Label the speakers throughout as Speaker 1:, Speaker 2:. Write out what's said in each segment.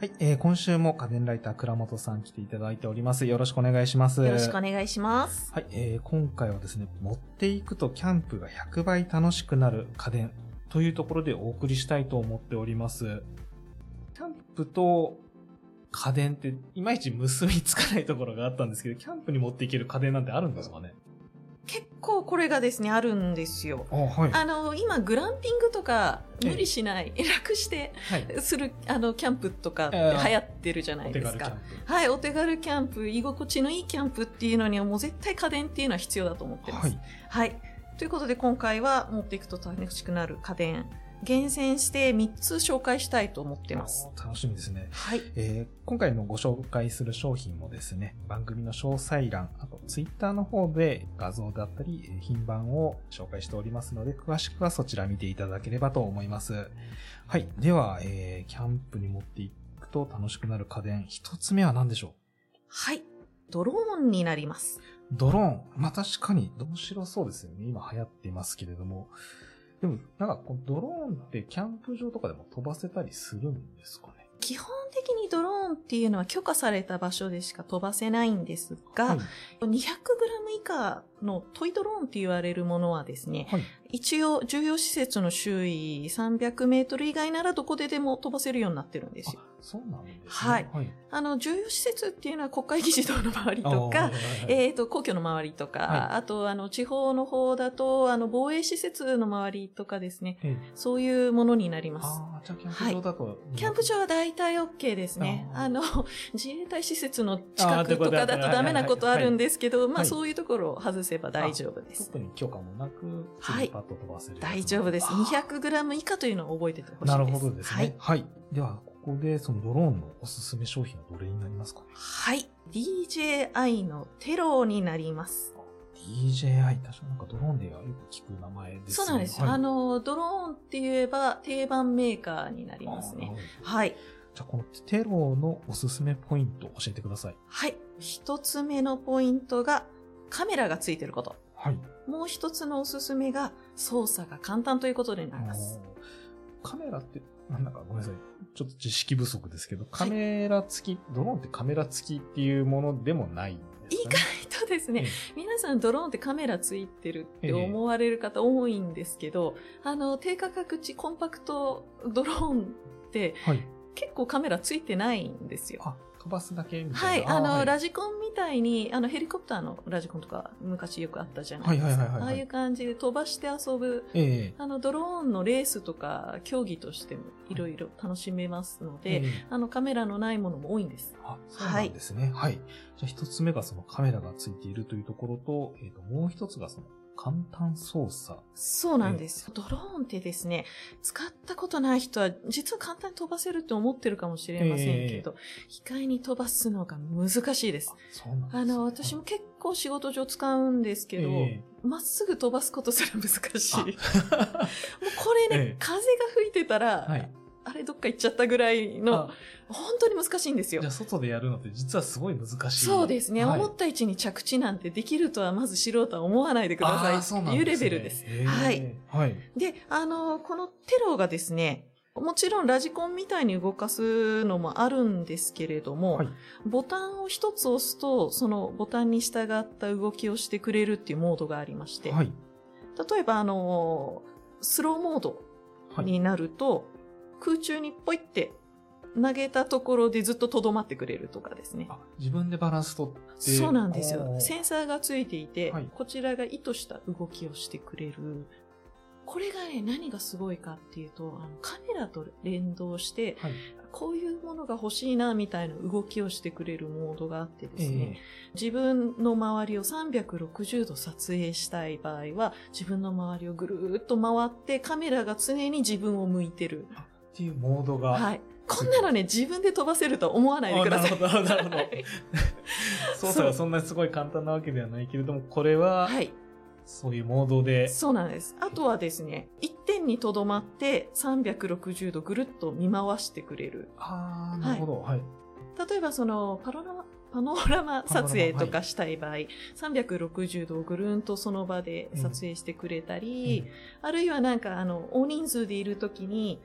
Speaker 1: はい、えー今週も家電ライター倉本さん来ていただいております。よろしくお願いします。
Speaker 2: よろしくお願いします。
Speaker 1: はい、えー今回はですね、持っていくとキャンプが100倍楽しくなる家電というところでお送りしたいと思っております。キャンプと家電っていまいち結びつかないところがあったんですけど、キャンプに持っていける家電なんてあるんですかね
Speaker 2: 結構これがですね、あるんですよ。
Speaker 1: あ、はい。
Speaker 2: あの、今、グランピングとか、
Speaker 1: ええ
Speaker 2: 無理しない、 楽して、
Speaker 1: はい。
Speaker 2: する、あの、キャンプとかって流
Speaker 1: ええ
Speaker 2: 行ってるじゃな
Speaker 1: お
Speaker 2: い
Speaker 1: 手
Speaker 2: です
Speaker 1: 軽キャ
Speaker 2: か。
Speaker 1: ンプ。
Speaker 2: はい、お手軽キャンプ、居心地のいいキャンプっていうのには、もう絶対家電っていうのは必要だと思ってます。
Speaker 1: はい。
Speaker 2: はい。ということで今回は持っていくと楽しくなる家電、厳選して3つ紹介したいと思ってます。
Speaker 1: 楽しみですね。
Speaker 2: はい。
Speaker 1: えー今回のご紹介する商品もですね、番組の詳細欄、あとツイッターの方で画像だったり、えー品番を紹介しておりますので、詳しくはそちら見ていただければと思います。はい。では、えーキャンプに持っていくと楽しくなる家電、一つ目は何でしょ
Speaker 2: はい。ドローンになります。
Speaker 1: うドローン。まあ、確かに面白そうですよね。今流行っていますけれども。でも、なんかこう、ドローンってキャンプ場とかでも飛ばせたりするんですかね。
Speaker 2: 基本的にドローンっていうのは許可された場所でしか飛ばせないんですが、
Speaker 1: い。
Speaker 2: 200g 以下のトイドローンって言われるものはですね、
Speaker 1: はい。
Speaker 2: 一応重要施設の周囲300メートル以外ならどこででも飛ばせるようになってるんですよ。
Speaker 1: あそうなんですね。
Speaker 2: はい
Speaker 1: はい
Speaker 2: あの、重要施設っていうのは国会議事堂の周りと
Speaker 1: あ
Speaker 2: か
Speaker 1: ー、
Speaker 2: えー、と、皇居の周りとか、
Speaker 1: は
Speaker 2: あと、あの、地方の方だと、あの、防衛施設の周りとかですね、
Speaker 1: ええ
Speaker 2: そういうものになります。
Speaker 1: ああ、じゃあキャンプ場だと、
Speaker 2: キャンプ場は大体 OK ですね。
Speaker 1: あー
Speaker 2: あの、 自衛隊施設の
Speaker 1: あ
Speaker 2: 近
Speaker 1: ーという
Speaker 2: く
Speaker 1: こと
Speaker 2: と
Speaker 1: だ
Speaker 2: かだとダメなことあるんですけど、ま
Speaker 1: は
Speaker 2: あ
Speaker 1: い
Speaker 2: そういうところを外せば大丈夫です。
Speaker 1: 特に許可もなく、ス
Speaker 2: はい
Speaker 1: ルパッと飛ばせる。
Speaker 2: 大丈夫です。
Speaker 1: あ
Speaker 2: 200g 以下というのを覚えててほし
Speaker 1: ー
Speaker 2: いです。
Speaker 1: なるほどです
Speaker 2: はい
Speaker 1: ね。。はい。では、ここで、そのドローンのおすすめ商品はどれになりますかね
Speaker 2: はい。DJI のテロになります。
Speaker 1: ?DJI、確かなんかドローンではよく聞く名前ですね。
Speaker 2: そうなんですよ。
Speaker 1: はい
Speaker 2: あ、の、ドローンって言えば定番メーカーになります
Speaker 1: あー
Speaker 2: ね。。
Speaker 1: なるほど
Speaker 2: はい。
Speaker 1: じゃあ、このテロのおすすめポイント教えてください。
Speaker 2: はい。一つ目のポイントがカメラがついてること。
Speaker 1: はい。
Speaker 2: もう一つのおすすめが操作が簡単ということになります。
Speaker 1: あーカメラって、なんだかごめんなさい。ちょっと知識不足ですけど、カメラ付き、ドローンってカメラ付きっていうものでもないんです
Speaker 2: 意
Speaker 1: かね。
Speaker 2: 外とですね、皆さんドローンってカメラついてるっ
Speaker 1: ええ
Speaker 2: て思われる方多いんですけど、あの、低価格値コンパクトドローンって
Speaker 1: はい。
Speaker 2: 結構カメラついてないんですよ。
Speaker 1: あ、飛ばすだけみた
Speaker 2: はいい、
Speaker 1: な。
Speaker 2: あの、
Speaker 1: はい
Speaker 2: ラジコンみたいに、あの、ヘリコプターのラジコンとか昔よくあったじゃないです
Speaker 1: はいはいはいはい
Speaker 2: か。
Speaker 1: は
Speaker 2: あ
Speaker 1: い
Speaker 2: あいう感じで飛ばして遊ぶ
Speaker 1: ええ
Speaker 2: あの、ドローンのレースとか、競技としてもいろいろ楽しめますので、
Speaker 1: ええ
Speaker 2: あの、カメラのないものも多いんです。
Speaker 1: あ、そうなんですね。はい。じゃあ一つ目がそのカメラがついているというところと、えっ、と、もう一つがその簡単操作。
Speaker 2: そうなんです。ドローンってですね、使ったことない人は、実は簡単に飛ばせるって思ってるかもしれませんけど、意外に飛ばすのが難しいです
Speaker 1: あ。、そうなんです、ね。
Speaker 2: あの、私も結構仕事上使うんですけど、
Speaker 1: え
Speaker 2: まっすぐ飛ばすことすら難しい。
Speaker 1: あ
Speaker 2: もうこれね、
Speaker 1: ええ
Speaker 2: 風が吹いてた ら、
Speaker 1: えはい。
Speaker 2: あれどっか行っちゃったぐらいの
Speaker 1: あ、
Speaker 2: 本当に難しいんです
Speaker 1: じ
Speaker 2: よ
Speaker 1: ゃあ。外でやるのって実はすごい難しい。
Speaker 2: そうですね、
Speaker 1: はい
Speaker 2: 思った位置に着地なんてできるとはまず素人は思わないでください
Speaker 1: あーそうな
Speaker 2: っ
Speaker 1: ん
Speaker 2: ていう
Speaker 1: で
Speaker 2: レ
Speaker 1: すね
Speaker 2: ベルです。
Speaker 1: へー
Speaker 2: はい。
Speaker 1: はい。
Speaker 2: で、あの、このテロがですね、もちろんラジコンみたいに動かすのもあるんですけれども、
Speaker 1: はい
Speaker 2: ボタンを一つ押すと、そのボタンに従った動きをしてくれるっていうモードがありまして、
Speaker 1: はい。
Speaker 2: 例えばあの、スローモード
Speaker 1: はい。
Speaker 2: になると、空中にポイって投げたところでずっととどまってくれるとかですね。
Speaker 1: あ、自分でバランス取って。
Speaker 2: そうなんですよ
Speaker 1: お。ー
Speaker 2: センサーがついていて、
Speaker 1: はい
Speaker 2: こちらが意図した動きをしてくれる。これがね、何がすごいかっていうと、あのカメラと連動して、
Speaker 1: はい。
Speaker 2: こういうものが欲しいな、みたいな動きをしてくれるモードがあってですね、
Speaker 1: え
Speaker 2: 自分の周りを360度撮影したい場合は、自分の周りをぐるーっと回って、カメラが常に自分を向いてる。
Speaker 1: えっていうモードが。
Speaker 2: はい。こんなのね、自分で飛ばせるとは思わないでください。
Speaker 1: あなるほどなるほど
Speaker 2: はい
Speaker 1: 操作がそんなにすごい簡単なわけではないけれども、これは、
Speaker 2: はい。
Speaker 1: そういうモードで。
Speaker 2: そうなんです。あとはですね、一点にとどまって360度ぐるっと見回してくれる。
Speaker 1: ああ、なるほど。はい。
Speaker 2: 例えばそのパノラマ、パノラマ撮影とかしたい場合、360度をぐるんとその場で撮影してくれたり、あるいはなんかあの、大人数でいるときに、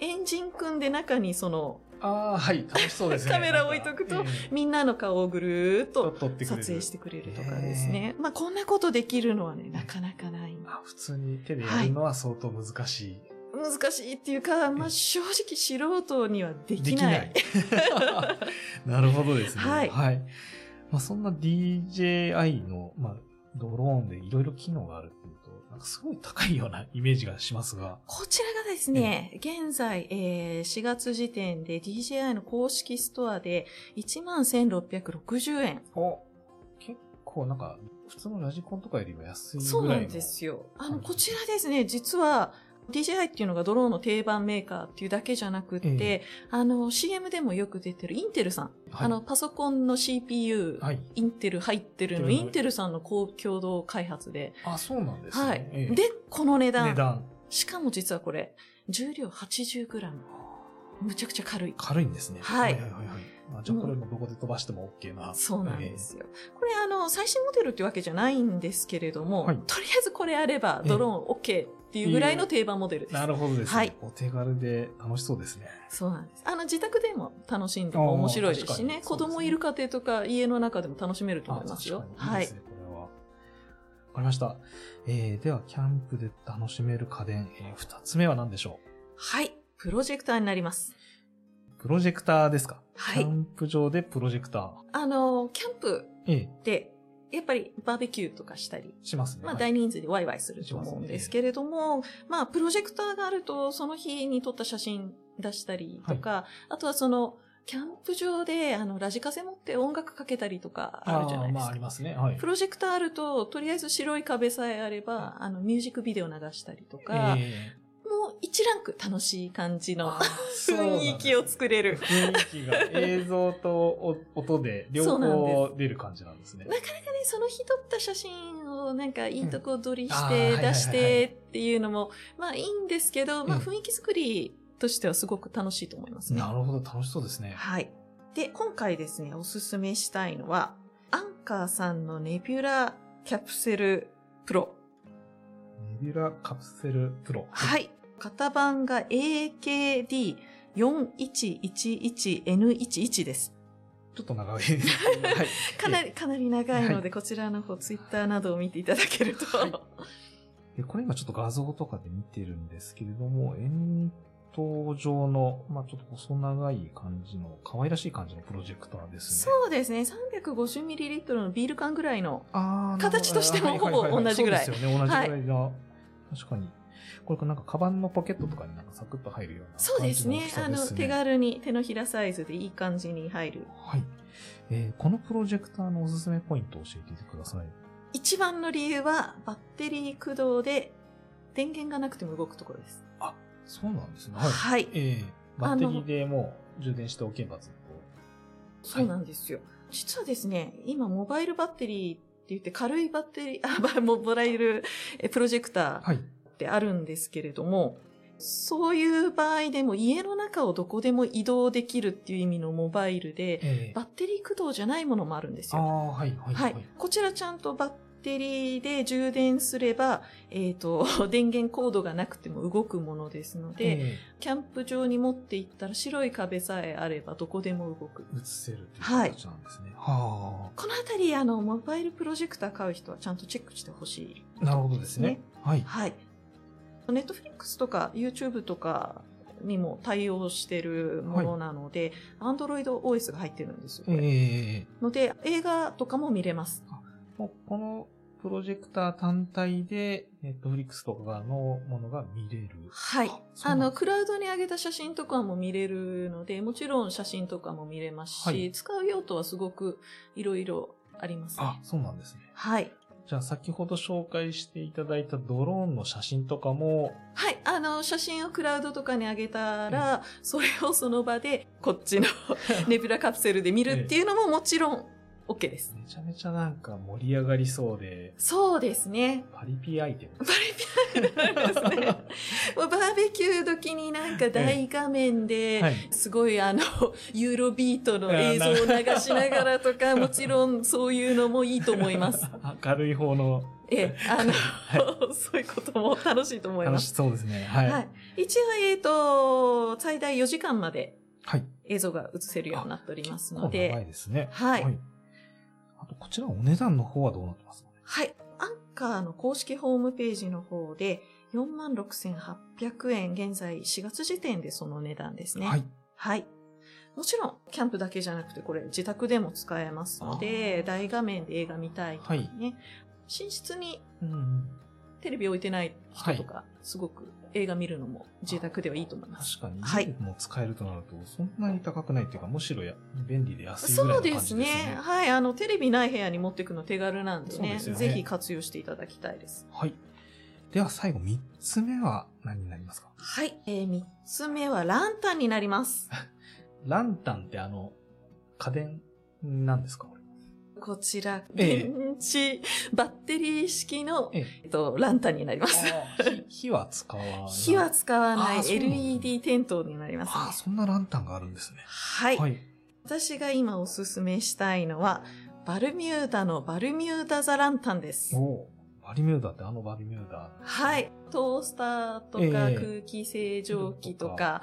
Speaker 2: エンジン組んで中にその、
Speaker 1: ああ、はい、楽しそうですね。
Speaker 2: カメラ置いとくと
Speaker 1: なんか
Speaker 2: みんなの顔をぐるーっ
Speaker 1: えー
Speaker 2: と
Speaker 1: 撮ってくれ
Speaker 2: 撮
Speaker 1: る
Speaker 2: 影してくれるとかですね。まあこんなことできるのはね、なかなかない。
Speaker 1: あ普通に手でやるのは相当難しい。
Speaker 2: 難しいっていうか、まあ正直素人にはできない。
Speaker 1: できない なるほどですね。
Speaker 2: はい
Speaker 1: まあ、そんな DJI の、まあ、ドローンでいろいろ機能があるっていうと、なんかすごい高いようなイメージがしますが。
Speaker 2: こちらがですね、現在、えー4月時点で DJI の公式ストアで11,660円。
Speaker 1: お結構なんか、普通のラジコンとかよりも安いぐらいの。
Speaker 2: そうなんですよ。あの、
Speaker 1: はい
Speaker 2: こちらですね、実は、DJI っていうのがドローンの定番メーカーっていうだけじゃなくって、
Speaker 1: え
Speaker 2: あの、CM でもよく出てるインテルさん。
Speaker 1: はい。
Speaker 2: あの、パソコンの CPU、
Speaker 1: はい。
Speaker 2: インテル入ってるの、
Speaker 1: うん
Speaker 2: インテルさんの共同開発で。
Speaker 1: あ、そうなんですね。
Speaker 2: はい。
Speaker 1: ええ
Speaker 2: で、この値段。
Speaker 1: 値段。
Speaker 2: しかも実はこれ、重量 80g。むちゃくちゃ軽い。
Speaker 1: 軽いんですね。
Speaker 2: はい
Speaker 1: はいはいはいあじゃあこれもどこで飛ばしても OK な。
Speaker 2: そうなんですよ。これあの、最新モデルってわけじゃないんですけれども、
Speaker 1: はい
Speaker 2: とりあえずこれあればドローン OK っていうぐらいの定番モデルです。
Speaker 1: なるほどですね。
Speaker 2: はい
Speaker 1: お手軽で楽しそうですね。
Speaker 2: そうなんです。あの、自宅でも楽しんでも面白いですし
Speaker 1: あ
Speaker 2: ね
Speaker 1: ー確かに。
Speaker 2: 子
Speaker 1: そうです
Speaker 2: 供
Speaker 1: ね
Speaker 2: いる家庭とか家の中でも楽しめると思いますよ。
Speaker 1: あ確かにいいですね、これは。わかりました。えー、では、キャンプで楽しめる家電、えー、二つ目は何でしょ
Speaker 2: はい。はい。プロジェクターになります。
Speaker 1: うプロジェクターですか
Speaker 2: は
Speaker 1: キャ
Speaker 2: い。
Speaker 1: ンプ場でプロジェクター。
Speaker 2: あの、キャンプ
Speaker 1: ええ
Speaker 2: で、やっぱりバーベキューとかしたり、
Speaker 1: しますね。
Speaker 2: まあ、
Speaker 1: はい
Speaker 2: 大人数でワイワイすると思うんですけれども、まあ、プロジェクターがあると、その日に撮った写真出したりとか、あとはその、キャンプ場で、あの、ラジカセ持って音楽かけたりとかあるじゃない
Speaker 1: あー
Speaker 2: で
Speaker 1: ますあ、あ
Speaker 2: か
Speaker 1: り。ますね。はい
Speaker 2: プ。ロジェクターあると、とりあえず白い壁さえあれば、あの、ミュージックビデオ流したりとか、
Speaker 1: え
Speaker 2: もう一ランク楽しい感じ
Speaker 1: ー
Speaker 2: の
Speaker 1: あーそうなんです
Speaker 2: 雰囲気を作れる。
Speaker 1: 雰囲気が映像とお音で両
Speaker 2: そうなん
Speaker 1: 方
Speaker 2: で
Speaker 1: 出る感じなんですね。
Speaker 2: でその日撮った写真をなんかいいとこ撮りし
Speaker 1: う
Speaker 2: て、
Speaker 1: んあー
Speaker 2: 出し
Speaker 1: はいはいはいは
Speaker 2: てっていうのも、まあいいんですけど、まあ
Speaker 1: うん
Speaker 2: 雰囲気作りとしてはすごく楽しいと思いますね。
Speaker 1: なるほど、楽しそうですね。
Speaker 2: はい。で、今回ですね、おすすめしたいのは、アンカーさんのネビュラキャプセルプロ。
Speaker 1: ネビュラカプセルプロ。
Speaker 2: はい。型番が AKD4111N11 です。
Speaker 1: ちょっと長いですけど。はい。
Speaker 2: かなり、かなり長いの
Speaker 1: は
Speaker 2: で、こちらの方、ツイッターなどを見ていただけると。
Speaker 1: はいでこれ今ちょっと画像とかで見てるんですけれども、円筒状の、まあちょっと細長い感じの、可愛らしい感じのプロジェクターですね。
Speaker 2: そうですね。350ml のビール缶ぐらいの。
Speaker 1: あーなるほど
Speaker 2: 形としてもほぼ
Speaker 1: はいはいはい
Speaker 2: 同じぐらい
Speaker 1: そうですよね、同じぐらいの。確かに。これなんかカバンのポケットとかになんかサクッと入るような感じの
Speaker 2: そうですね
Speaker 1: 大き。さ
Speaker 2: あの、手軽に手のひらサイズでいい感じに入る。
Speaker 1: はい。えーこのプロジェクターのおすすめポイントを教えてください。
Speaker 2: 一番の理由は、バッテリー駆動で、電源がなくても動くところです。
Speaker 1: そうなんですね。
Speaker 2: はい。
Speaker 1: えーバッテリーでもう充電しておけばずっと。
Speaker 2: そうなんですよ。実はですね、今、モバイルバッテリーって言って、軽いバッテリー、 あ、ばモバイルえプロジェクターっ
Speaker 1: はい。
Speaker 2: てあるんですけれども、そういう場合でも家の中をどこでも移動できるっていう意味のモバイルで、
Speaker 1: えー
Speaker 2: バッテリー駆動じゃないものもあるんです
Speaker 1: あ
Speaker 2: よ。
Speaker 1: あ、はい、はい、
Speaker 2: はい。こちらちゃんとバッテリーで充電すれば、えっ、と、 電源コードがなくても動くものですので、
Speaker 1: え
Speaker 2: キャンプ場に持って行ったら白い壁さえあればどこでも動く。
Speaker 1: ー映せるという形なんですね。は
Speaker 2: このあたり、あの、モバイルプロジェクター買う人はちゃんとチェックしてほしい。
Speaker 1: あ、なるほどですね。
Speaker 2: ね
Speaker 1: はい。
Speaker 2: はい。ネットフリックスとか YouTube とかにも対応してるものなので、Android OS が入ってるんですよ。
Speaker 1: えー、
Speaker 2: ので、映画とかも見れます。
Speaker 1: もうこのプロジェクター単体で、ネットフリックスとかのものが見れる。
Speaker 2: はい
Speaker 1: あ。そうな
Speaker 2: あ
Speaker 1: ん
Speaker 2: の、
Speaker 1: だ
Speaker 2: クラウドに上げた写真とかも見れるので、もちろん写真とかも見れますし、
Speaker 1: はい
Speaker 2: 使う用途はすごくいろいろあります
Speaker 1: あ
Speaker 2: ね、。
Speaker 1: そうなんですね。
Speaker 2: はい。
Speaker 1: じゃあ先ほど紹介していただいたドローンの写真とか も、
Speaker 2: はい。あの、写真をクラウドとかに上げたら、それをその場で、こっちの ネビュラカプセルで見るっていうのももちろん OK です。
Speaker 1: めちゃめちゃなんか盛り上がりそうで、
Speaker 2: そうですね。
Speaker 1: パリピアイテム。
Speaker 2: バレピアですね。もうバーベキュー時になんか大画面 で、
Speaker 1: はい。
Speaker 2: すごいあの、ユーロビートの映像を流しながらと か、もちろんそういうのもいいと思います。
Speaker 1: 明るい方の、
Speaker 2: ええ、あの、 そういうことも楽しいと思いま
Speaker 1: 楽
Speaker 2: す。
Speaker 1: しそうですね。はい。
Speaker 2: はい。一応、えっ、と、最大4時間まで、
Speaker 1: はい。
Speaker 2: え映像が映せるようになっております
Speaker 1: 結
Speaker 2: の
Speaker 1: 構長い
Speaker 2: で、
Speaker 1: ですね。
Speaker 2: はい
Speaker 1: あと、こちらお値段の方はどうなってますか
Speaker 2: はい。アンカーの公式ホームページの方で、46,800円、現在4月時点でその値段ですね。
Speaker 1: はい。
Speaker 2: はい。もちろん、キャンプだけじゃなくて、これ自宅でも使えますの
Speaker 1: あ
Speaker 2: で
Speaker 1: ー、
Speaker 2: 大画面で映画見たいとかね、
Speaker 1: は
Speaker 2: 寝室に
Speaker 1: うんうん。
Speaker 2: テレビ置いてない人とか、すごく映画見るのも自宅ではいいと思います。
Speaker 1: 確かに、
Speaker 2: はい
Speaker 1: 家でも使えるとなると、そんなに高くないっていうか、むしろや便利で安いぐらいの
Speaker 2: そう
Speaker 1: 感じ
Speaker 2: で
Speaker 1: です
Speaker 2: す
Speaker 1: ね。
Speaker 2: ねはい。あの、テレビない部屋に持っていくの手軽なんで
Speaker 1: そうで
Speaker 2: ね
Speaker 1: すよね
Speaker 2: ぜひ活用していただきたいです。
Speaker 1: はい。では最後、3つ目は何になりますか
Speaker 2: はい。えー、3つ目はランタンになります。
Speaker 1: ランタンってあの、家電なんですかこれ
Speaker 2: こちら、
Speaker 1: ええ
Speaker 2: 電池、バッテリー式の、
Speaker 1: え
Speaker 2: えっと、ランタンになります。
Speaker 1: え。火火は使わない。
Speaker 2: 火は使わな
Speaker 1: あー
Speaker 2: い
Speaker 1: そうなんだ
Speaker 2: LED 点灯になりますね、
Speaker 1: ああ、そんなランタンがあるんですね。
Speaker 2: はい、
Speaker 1: はい。
Speaker 2: 私が今おすすめしたいのは、バルミューダのバルミューダザランタンです
Speaker 1: お。おー。バリミューダってあのバリミューダ。
Speaker 2: はい。トースターと
Speaker 1: ええ
Speaker 2: か空気清浄機とか、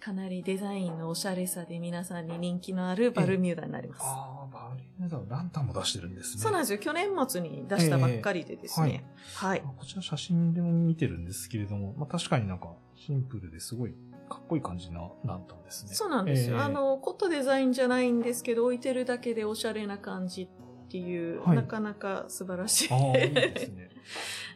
Speaker 2: かなりデザインのおしゃれさで皆さんに人気のあるバルミューダになります。
Speaker 1: ああ、バリミューダのランタンも出してるんですね。
Speaker 2: そうなんですよ。去年末に出したばっかりでですね。はい。
Speaker 1: こちら写真でも見てるんですけれども、まあ、確かになんかシンプルですごいかっこいい感じなランタンですね。
Speaker 2: そうなんですよ。
Speaker 1: ええ
Speaker 2: あ、の、凝ったデザインじゃないんですけど、置いてるだけでおしゃれな感じっていう、
Speaker 1: はい
Speaker 2: なかなか素晴らしい。
Speaker 1: ああ、いいですね。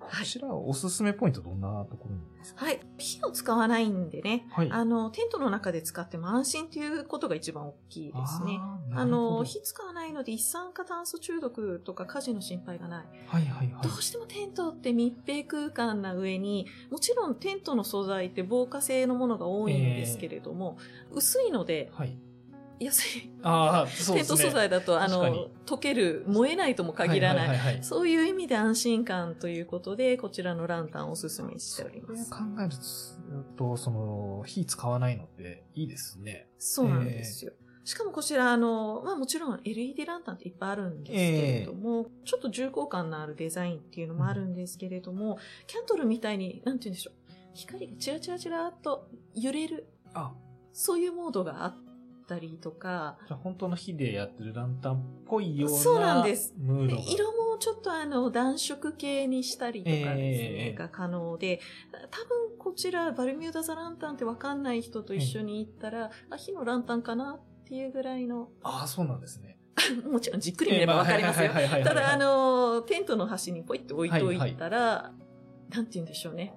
Speaker 1: こ
Speaker 2: はい
Speaker 1: ちらおすすめポイントどんなところにありますか
Speaker 2: はい。火を使わないんでね、
Speaker 1: はい。
Speaker 2: あの、テントの中で使っても安心っていうことが一番大きいですね。
Speaker 1: あー
Speaker 2: あ
Speaker 1: なるほ
Speaker 2: の、
Speaker 1: ど
Speaker 2: 火使わないので一酸化炭素中毒とか火事の心配がない。
Speaker 1: はいはいはい
Speaker 2: どうしてもテントって密閉空間な上に、もちろんテントの素材って防火性のものが多いんですけれども、薄いので、
Speaker 1: はい。
Speaker 2: 安い、
Speaker 1: ああ、そうで
Speaker 2: テン
Speaker 1: すね。
Speaker 2: ト素材だと、あ
Speaker 1: 確
Speaker 2: の、溶ける、燃えないとも限らない。
Speaker 1: はいはいはいはい
Speaker 2: そういう意味で安心感ということで、こちらのランタンをおすすめしており
Speaker 1: そ
Speaker 2: ま
Speaker 1: れを
Speaker 2: す。
Speaker 1: 考えると、その、火使わないのっていいですね。
Speaker 2: そうなんですよ。しかもこちら、あの、まあもちろん LED ランタンっていっぱいあるんですけれども、ちょっと重厚感のあるデザインっていうのもあるんですけれども、キャンドルみたいに、なんて言うんでしょう、光がチラチラチラっと揺れる、
Speaker 1: あ、
Speaker 2: そういうモードがあったりとか、
Speaker 1: じゃあ本当の火でやってるランタンっぽいような。
Speaker 2: そうなんです
Speaker 1: ムー
Speaker 2: で
Speaker 1: ドが。
Speaker 2: 色もちょっとあの暖色系にしたりとかですね、
Speaker 1: ええ
Speaker 2: が可能で、多分こちらバルミューダザランタンってわかんない人と一緒に行ったら、あ、火のランタンかなっていうぐらいの、
Speaker 1: ああ、そうなんですね。
Speaker 2: もちろんじっくり見ればわかりますよ。ただ、あの、テントの端にポイって置いといたら、なんて言うんでしょうね。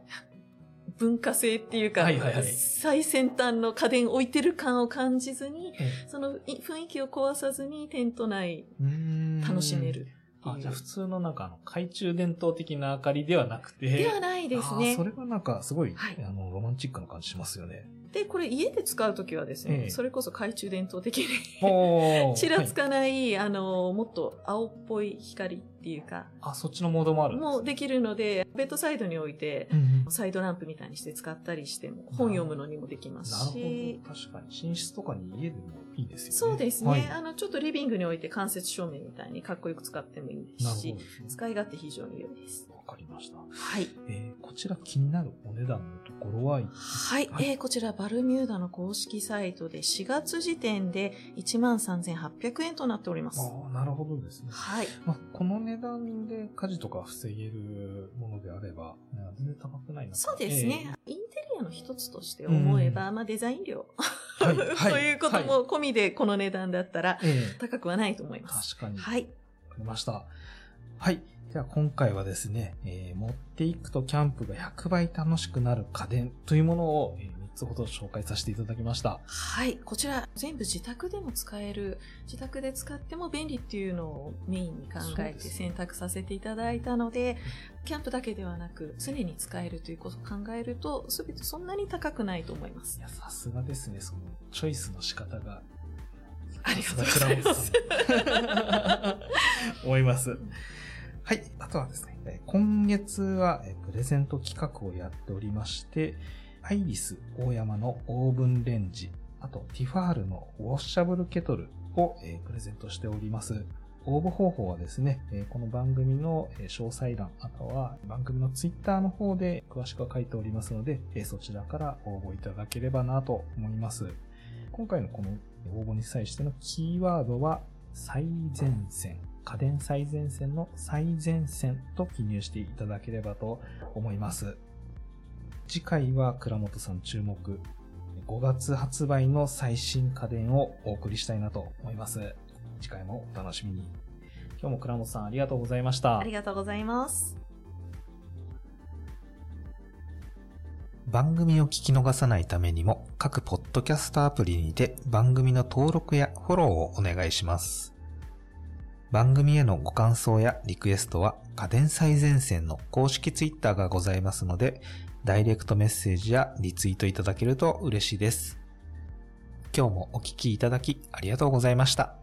Speaker 2: 文化性っていうか、
Speaker 1: はいはいはい
Speaker 2: 最先端の家電置いてる感を感じずに、
Speaker 1: え
Speaker 2: そのい雰囲気を壊さずにテント内
Speaker 1: え
Speaker 2: 楽しめる。って
Speaker 1: あ
Speaker 2: い
Speaker 1: じゃあ
Speaker 2: う
Speaker 1: 普。通のなんかあの懐中電灯的な明かりではなくて。
Speaker 2: ではないです
Speaker 1: あー
Speaker 2: ね
Speaker 1: そ。れはなんかすごい、
Speaker 2: はい
Speaker 1: あの、ロマンチックな感じしますよ ね。
Speaker 2: で、これ家で使うときはですね、
Speaker 1: ええ
Speaker 2: それこそ懐中電灯的に、
Speaker 1: おー
Speaker 2: ちらつ
Speaker 1: はい
Speaker 2: かない、あの、もっと青っぽい光っていうか、
Speaker 1: あ、そっちのモードもあるんですね
Speaker 2: もうできるので、ベッドサイドに置いて、
Speaker 1: うんうん
Speaker 2: サイドランプみたいにして使ったりしても、本読むのにもできます
Speaker 1: なる
Speaker 2: し、
Speaker 1: ほど。確かに。寝室とかに家でもいいですよね。
Speaker 2: そうですね、
Speaker 1: はいな
Speaker 2: あ
Speaker 1: る
Speaker 2: の、ちょっとリビングに置いて間接照明みたいにかっこよく使ってもいいで
Speaker 1: ほ
Speaker 2: す
Speaker 1: ど
Speaker 2: し、
Speaker 1: ですね。
Speaker 2: 使い勝手非常に良いです。
Speaker 1: わかりました。
Speaker 2: はい。
Speaker 1: えー、こちら気になるお値段のところはい、
Speaker 2: はい、
Speaker 1: はい
Speaker 2: えーこちらバルミューダの公式サイトで4月時点で13,800円となっております。
Speaker 1: ああ、なるほどですね。
Speaker 2: はい。
Speaker 1: まあ、この値段で火事とか防げるものであれば、うん全然高くないなと。
Speaker 2: そうですね、インテリアの一つとして思えば、まあデザイン料、
Speaker 1: えー。 は
Speaker 2: ということ
Speaker 1: はい
Speaker 2: も込みでこの値段だったら
Speaker 1: えー
Speaker 2: 高くはないと思います。
Speaker 1: 確かに。わか
Speaker 2: はい。
Speaker 1: りました。はい。では今回はですね、えー持っていくとキャンプが100倍楽しくなる家電というものを、え3つほど紹介させていただきました。
Speaker 2: はい。こちら、全部自宅でも使える、自宅で使っても便利っていうのをメインに考
Speaker 1: そう
Speaker 2: え
Speaker 1: で
Speaker 2: て
Speaker 1: すね
Speaker 2: 選択させていただいたので、キャンプだけではなく、常に使えるということを考えると、すべてそんなに高くないと思いま
Speaker 1: い
Speaker 2: す。
Speaker 1: や、さすがですね、その、チョイスの仕方が。
Speaker 2: ありがとうございま
Speaker 1: さ
Speaker 2: す
Speaker 1: すが倉本さん。思います。はい。あとはですね、えー今月は、えープレゼント企画をやっておりまして、アイリス大山のオーブンレンジ、あとティファールのウォッシャブルケトルを、えープレゼントしております。応募方法はですね、えーこの番組のえー詳細欄、あとは番組のツイッターの方で詳しくは書いておりますので、えーそちらから応募いただければなと思います。今回のこの応募に際してのキーワードは、最前線。家電最前線の最前線と記入していただければと思います。次回は倉本さん注目。5月発売の最新家電をお送りしたいなと思います。次回もお楽しみに。今日も倉本さんありがとうございました。
Speaker 2: ありがとうございます。
Speaker 3: 番組を聞き逃さないためにも各ポッドキャストアプリにて番組の登録やフォローをお願いします。番組へのご感想やリクエストは家電最前線の公式ツイッターがございますので、ダイレクトメッセージやリツイートいただけると嬉しいです。今日もお聴きいただきありがとうございました。